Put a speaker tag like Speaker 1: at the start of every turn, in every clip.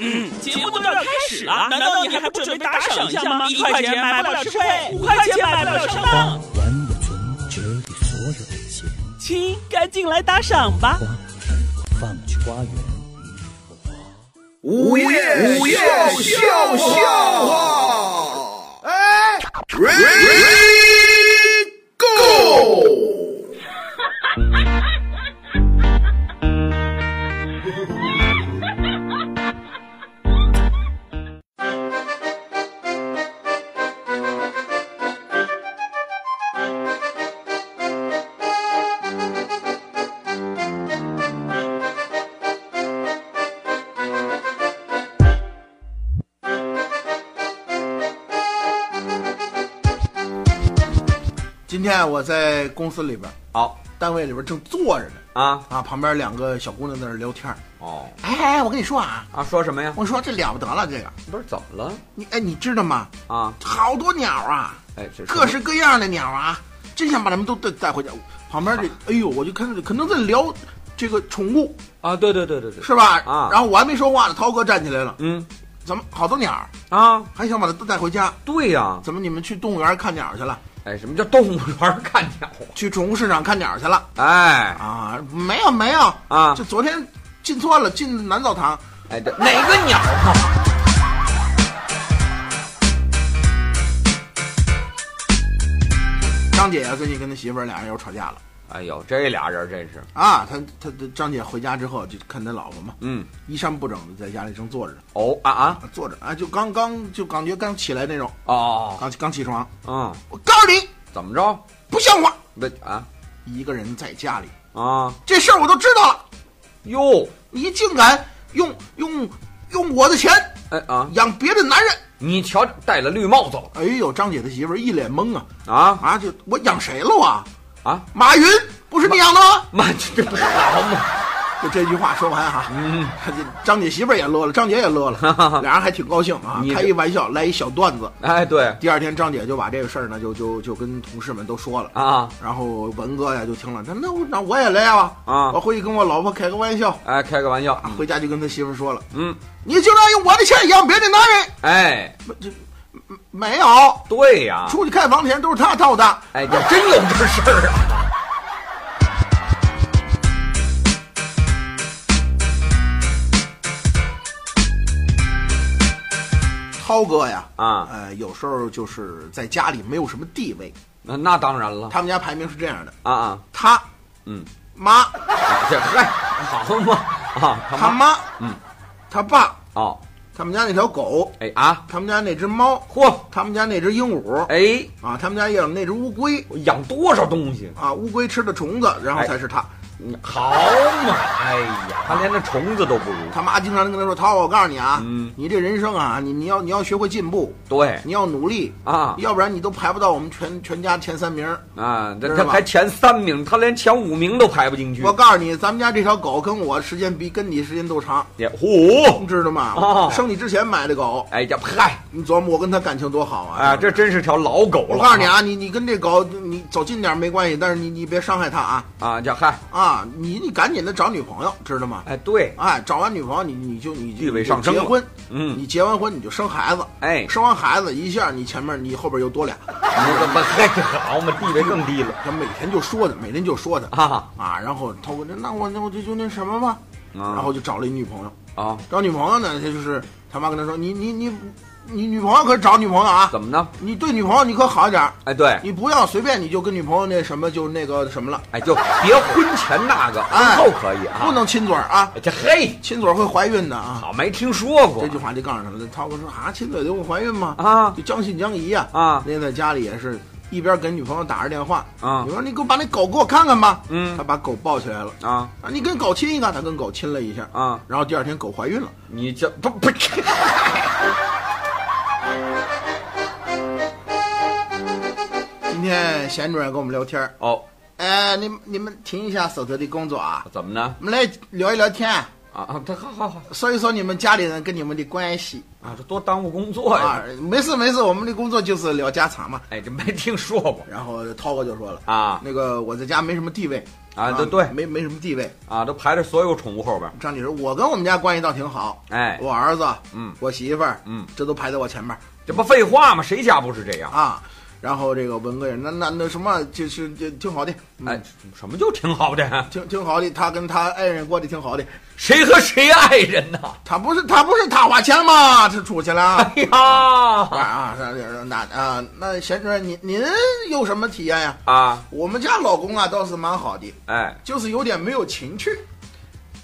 Speaker 1: 嗯，节目都要开始了，难道你还不准备打赏一下吗？一块钱买不了吃亏，五块钱买不了上当。
Speaker 2: 完我存折里所有的钱，
Speaker 1: 亲，赶紧来打赏吧！
Speaker 2: 花儿放去花园与我花。
Speaker 3: 午夜笑笑笑话，哎，Ready Go！
Speaker 4: 今天我在公司里边，
Speaker 5: 好
Speaker 4: 单位里边正坐着呢，
Speaker 5: 啊，
Speaker 4: 啊，旁边两个小姑娘在那儿聊天儿。
Speaker 5: 哦
Speaker 4: 哎哎，我跟你说啊，
Speaker 5: 啊，说什么呀？
Speaker 4: 我说这了不得了，这个
Speaker 5: 不是怎么了
Speaker 4: 你哎，你知道吗？
Speaker 5: 啊？
Speaker 4: 好多鸟啊，
Speaker 5: 哎，这
Speaker 4: 各式各样的鸟啊，真想把它们都带带回家。旁边这，哎呦，我就看可能在聊这个宠物
Speaker 5: 啊，对对对对对，
Speaker 4: 是吧？
Speaker 5: 啊
Speaker 4: 然后我还没说话呢，涛哥站起来了，
Speaker 5: 嗯
Speaker 4: 怎么好多鸟，
Speaker 5: 啊，
Speaker 4: 还想把它都带回家？
Speaker 5: 对呀、
Speaker 4: 怎么你们去动物园看鸟去了？
Speaker 5: 哎，什么叫动物园看鸟？啊
Speaker 4: 去宠物市场看鸟去了？
Speaker 5: 哎
Speaker 4: 啊，没有没有，
Speaker 5: 啊
Speaker 4: 就，昨天进错了，进南澡堂。
Speaker 5: 哎，这哪个鸟啊？
Speaker 4: 张姐啊，最近跟他媳妇儿俩人又吵架了
Speaker 5: 哎呦，这俩人真是，
Speaker 4: 啊！他他他张姐回家之后就看他老婆嘛，
Speaker 5: 嗯，
Speaker 4: 衣衫不整的在家里正坐着呢，
Speaker 5: 哦啊啊，
Speaker 4: 啊坐着啊，就刚刚就感觉刚起来那种，
Speaker 5: 哦，
Speaker 4: 刚刚起床。
Speaker 5: 嗯，
Speaker 4: 我告诉你，
Speaker 5: 怎么着？
Speaker 4: 不像话！
Speaker 5: 那啊
Speaker 4: 一个人在家里，
Speaker 5: 啊
Speaker 4: 这事儿我都知道了，
Speaker 5: 哟，
Speaker 4: 你竟敢用用用我的钱
Speaker 5: 哎啊，
Speaker 4: 养别的男人！
Speaker 5: 你瞧，戴了绿帽子了
Speaker 4: 哎呦，张姐的媳妇儿一脸懵啊
Speaker 5: 啊
Speaker 4: 啊！就我养谁了我？
Speaker 5: 啊！
Speaker 4: 马云不是你养的吗？
Speaker 5: 妈，这不好嘛？
Speaker 4: 就这句话说完哈、
Speaker 5: 嗯，
Speaker 4: 他这 张姐媳妇儿也乐了，张姐 也乐了，俩人还挺高兴啊
Speaker 5: 你，这
Speaker 4: 开一玩笑，来一小段子。
Speaker 5: 哎，对
Speaker 4: 第二天，张姐就把这个事儿呢，就就就跟同事们都说了。
Speaker 5: 啊，
Speaker 4: 然后文哥呀就听了，他那我那我也来啊，
Speaker 5: 啊
Speaker 4: 我回去跟我老婆开个玩笑，
Speaker 5: 哎，开个玩笑，
Speaker 4: 回家就跟他媳妇儿说了，
Speaker 5: 嗯，
Speaker 4: 你竟然用我的钱养别的男人，
Speaker 5: 哎，
Speaker 4: 不这嗯没有，
Speaker 5: 对呀、
Speaker 4: 出去开房的钱都是他掏的，
Speaker 5: 啊 哎，这真有这事儿啊！
Speaker 4: 涛哥呀，
Speaker 5: 啊
Speaker 4: 呃，有时候就是在家里没有什么地位，
Speaker 5: 那那当然了
Speaker 4: 他们家排名是这样的，
Speaker 5: 啊啊，
Speaker 4: 他
Speaker 5: 嗯，
Speaker 4: 妈，
Speaker 5: 啊这嗨，好嘛啊，他
Speaker 4: 他
Speaker 5: 妈
Speaker 4: 妈，
Speaker 5: 嗯，
Speaker 4: 他爸，
Speaker 5: 哦，
Speaker 4: 他们家那条狗，
Speaker 5: 哎啊，
Speaker 4: 他们家那只猫，
Speaker 5: 嚯，
Speaker 4: 他们家那只鹦鹉，
Speaker 5: 哎，
Speaker 4: 啊，他们家养那只乌龟，
Speaker 5: 我养多少东西？
Speaker 4: 啊，乌龟吃的虫子，然后
Speaker 5: 哎
Speaker 4: 才是他。
Speaker 5: 嗯好嘛，哎呀，他连那虫子都不如。
Speaker 4: 他妈经常跟他说：“涛，我告诉你啊，
Speaker 5: 嗯
Speaker 4: 你这人生啊，你你要你要学会进步，
Speaker 5: 对
Speaker 4: 你要努力
Speaker 5: 啊
Speaker 4: 要不然你都排不到我们全全家前三名。
Speaker 5: 啊，
Speaker 4: 知
Speaker 5: 这
Speaker 4: 道
Speaker 5: 他
Speaker 4: 吧
Speaker 5: 还前三名，他连前五名都排不进去。
Speaker 4: 我告诉你，咱们家这条狗跟我时间比跟你时间都长，
Speaker 5: 也嚯，
Speaker 4: 你知道吗？
Speaker 5: 哦
Speaker 4: 生你之前买的狗，
Speaker 5: 哎呀，嗨，
Speaker 4: 你琢磨我跟它感情多好啊！
Speaker 5: 啊，这真是条老狗了。
Speaker 4: 我告诉你，啊，你你跟这狗你走近点没关系，但是你你别伤害它啊
Speaker 5: 啊，这嗨，
Speaker 4: 啊！你你赶紧的找女朋友，知道吗？
Speaker 5: 哎，对，
Speaker 4: 哎，找完女朋友你你就你就
Speaker 5: 地位
Speaker 4: 你就
Speaker 5: 上升
Speaker 4: 结
Speaker 5: 了
Speaker 4: 婚，
Speaker 5: 嗯
Speaker 4: 你结完婚你就生孩子，
Speaker 5: 哎，
Speaker 4: 生完孩子一下你前面你后边又多俩。
Speaker 5: 你怎么嗨，好嘛，地位更低了
Speaker 4: 他每天就说他，每天就说他
Speaker 5: 啊
Speaker 4: 啊，然后涛哥，那我那我就就那什么吧，
Speaker 5: 啊
Speaker 4: 然后就找了一女朋友，
Speaker 5: 啊，
Speaker 4: 找女朋友呢，他就是他妈跟他说，你你你你女朋友可找女朋友啊，
Speaker 5: 怎么呢？
Speaker 4: 你对女朋友你可好一点儿，
Speaker 5: 哎，对，
Speaker 4: 你不要随便你就跟女朋友那什么就那个什么了，
Speaker 5: 哎，就别婚前那个，
Speaker 4: 哎
Speaker 5: 婚后可以啊。
Speaker 4: 不能亲嘴儿啊，
Speaker 5: 哎，这嘿，
Speaker 4: 亲嘴儿会怀孕的啊。
Speaker 5: 好没听说过
Speaker 4: 这句话就告诉他了。涛哥说啊，亲嘴就会怀孕吗？
Speaker 5: 啊
Speaker 4: 就将信将疑呀、
Speaker 5: 啊
Speaker 4: 那天在家里也是一边给女朋友打着电话
Speaker 5: 啊
Speaker 4: 你说你给我把那狗给我看看吧。
Speaker 5: 嗯
Speaker 4: 他把狗抱起来了。
Speaker 5: 啊
Speaker 4: 啊，你跟狗亲一个，他跟狗亲了一下，
Speaker 5: 啊！
Speaker 4: 然后第二天狗怀孕了。
Speaker 5: 你这不不，
Speaker 4: 今天贤主任跟我们聊天儿，
Speaker 5: 哦，
Speaker 4: 哎，你们你们停一下手头的工作啊，
Speaker 5: 怎么呢？
Speaker 4: 我们来聊一聊天啊，
Speaker 5: 啊啊，这好好好
Speaker 4: 说一说你们家里人跟你们的关系
Speaker 5: 啊，这多耽误工 作
Speaker 4: 啊
Speaker 5: 呀！。
Speaker 4: 没事没事，我们的工作就是聊家常嘛。
Speaker 5: 哎，这没听说过
Speaker 4: 然后涛哥就说了
Speaker 5: 啊
Speaker 4: 那个我在家没什么地位
Speaker 5: 啊对对
Speaker 4: 没没什么地位。
Speaker 5: 啊，都排在所有宠物后边儿。
Speaker 4: 张女士，我跟我们家关系倒挺好，
Speaker 5: 哎
Speaker 4: 我儿子，
Speaker 5: 嗯
Speaker 4: 我媳妇儿，
Speaker 5: 嗯，
Speaker 4: 这都排在我前面
Speaker 5: 这不废话吗？谁家不是这样？
Speaker 4: 啊。然后这个文哥也那那那什么，就是就挺好的，嗯
Speaker 5: 哎，什么就挺好的？
Speaker 4: 挺挺好的，他跟他爱人过得挺好的，
Speaker 5: 谁和谁爱人呐？
Speaker 4: 他不是他不是他花钱吗？他出去了。
Speaker 5: 哎 呀
Speaker 4: 啊，那那那啊，那贤主任，您您有什么体验呀、
Speaker 5: 啊！
Speaker 4: 我们家老公啊倒是蛮好的，
Speaker 5: 哎，
Speaker 4: 就是有点没有情趣，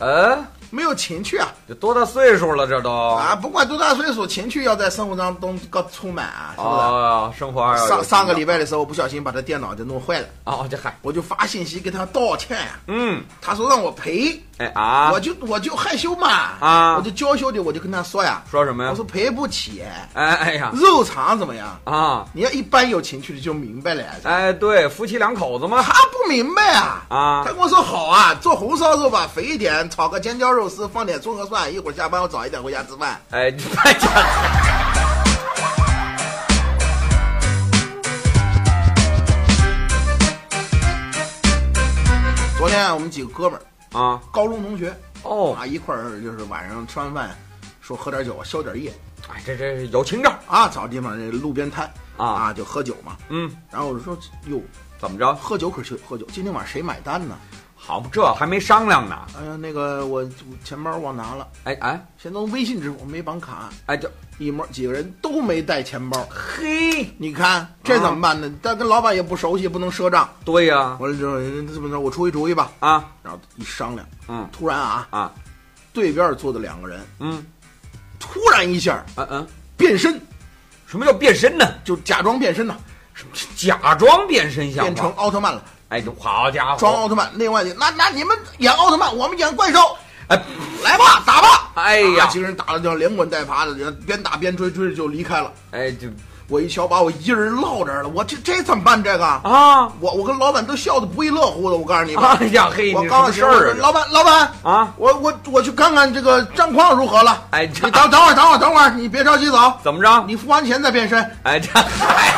Speaker 5: 呃，
Speaker 4: 没有情趣啊
Speaker 5: 这多大岁数了？这都
Speaker 4: 啊！不管多大岁数，情趣要在生活当中够充满啊，是不是？
Speaker 5: 啊，生活还要有
Speaker 4: 上上个礼
Speaker 5: 进
Speaker 4: 拜的时候，我不小心把他电脑就弄坏了，
Speaker 5: 步啊，这嗨，
Speaker 4: 我就发信息给他道歉呀、
Speaker 5: 嗯，
Speaker 4: 他说让我赔，
Speaker 5: 哎啊
Speaker 4: 我，就我就害羞嘛，
Speaker 5: 啊嗯
Speaker 4: 我就娇羞的，我就跟他说呀，
Speaker 5: 说什么呀
Speaker 4: 我说赔不起，
Speaker 5: 哎哎呀
Speaker 4: 肉偿怎么样？
Speaker 5: 啊，
Speaker 4: 你要一般有情趣的就明白了呀。
Speaker 5: 哎对，夫妻两口子嘛，
Speaker 4: 他不明白啊，
Speaker 5: 啊
Speaker 4: 他跟我说好啊，做红烧肉吧，肥一点，炒个尖椒肉丝，放点葱和蒜，一会儿下班我早一点回家吃饭。
Speaker 5: 哎， 哎呀，
Speaker 4: 昨天我们几个哥们儿，
Speaker 5: 啊
Speaker 4: 高中同学
Speaker 5: 哦，
Speaker 4: 啊，一块儿就是晚上吃完饭，说喝点酒啊，消点夜。
Speaker 5: 哎这这有情调，
Speaker 4: 啊，找地方这路边摊
Speaker 5: 啊
Speaker 4: 就喝酒嘛。
Speaker 5: 嗯，
Speaker 4: 然后我就说哟，
Speaker 5: 怎么着？
Speaker 4: 喝酒可是喝酒，今天晚上谁买单呢？
Speaker 5: 好，这还没商量呢，
Speaker 4: 哎呀，那个我钱包忘拿了，
Speaker 5: 哎哎
Speaker 4: 现在都微信支付没绑卡，
Speaker 5: 哎，这
Speaker 4: 一摸几个人都没带钱包。
Speaker 5: 嘿，
Speaker 4: 你看这怎么办
Speaker 5: 啊
Speaker 4: 呢？但跟老板也不熟悉，不能赊账。
Speaker 5: 对呀，
Speaker 4: 完了之后，哎这么着，我出一主意吧。
Speaker 5: 啊
Speaker 4: 然后一商量，
Speaker 5: 嗯
Speaker 4: 突然啊，
Speaker 5: 啊
Speaker 4: 对边坐的两个人
Speaker 5: 嗯
Speaker 4: 突然一下
Speaker 5: 嗯嗯，
Speaker 4: 变身，
Speaker 5: 什么叫变身呢？
Speaker 4: 就假装变身呐，
Speaker 5: 假装变身像
Speaker 4: 变成
Speaker 5: 话，
Speaker 4: 奥特曼了，
Speaker 5: 哎，好家伙，
Speaker 4: 装奥特曼。另外的，那那你们演奥特曼，我们演怪兽。
Speaker 5: 哎
Speaker 4: 来吧，打吧！
Speaker 5: 哎呀
Speaker 4: 啊几个人打的就连滚带爬的，人边打边追，追着就离开了。
Speaker 5: 哎就
Speaker 4: 我一瞧，把我一人落这儿了，我这这怎么办？这个，
Speaker 5: 啊，
Speaker 4: 我我跟老板都笑得不亦乐乎的。我告诉你吧，
Speaker 5: 哎呀嘿，
Speaker 4: 我
Speaker 5: 你
Speaker 4: 刚
Speaker 5: 什么
Speaker 4: 刚
Speaker 5: 事儿啊
Speaker 4: 老板，老板
Speaker 5: 这？啊，
Speaker 4: 我我我去看看这个战况如何了。
Speaker 5: 哎
Speaker 4: 你
Speaker 5: 这
Speaker 4: 等等会儿，等会儿，等会儿，你别着急走，
Speaker 5: 怎么着？
Speaker 4: 你付完钱再变身。
Speaker 5: 哎这 嗨，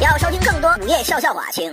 Speaker 6: 要收听更多午夜笑笑话，请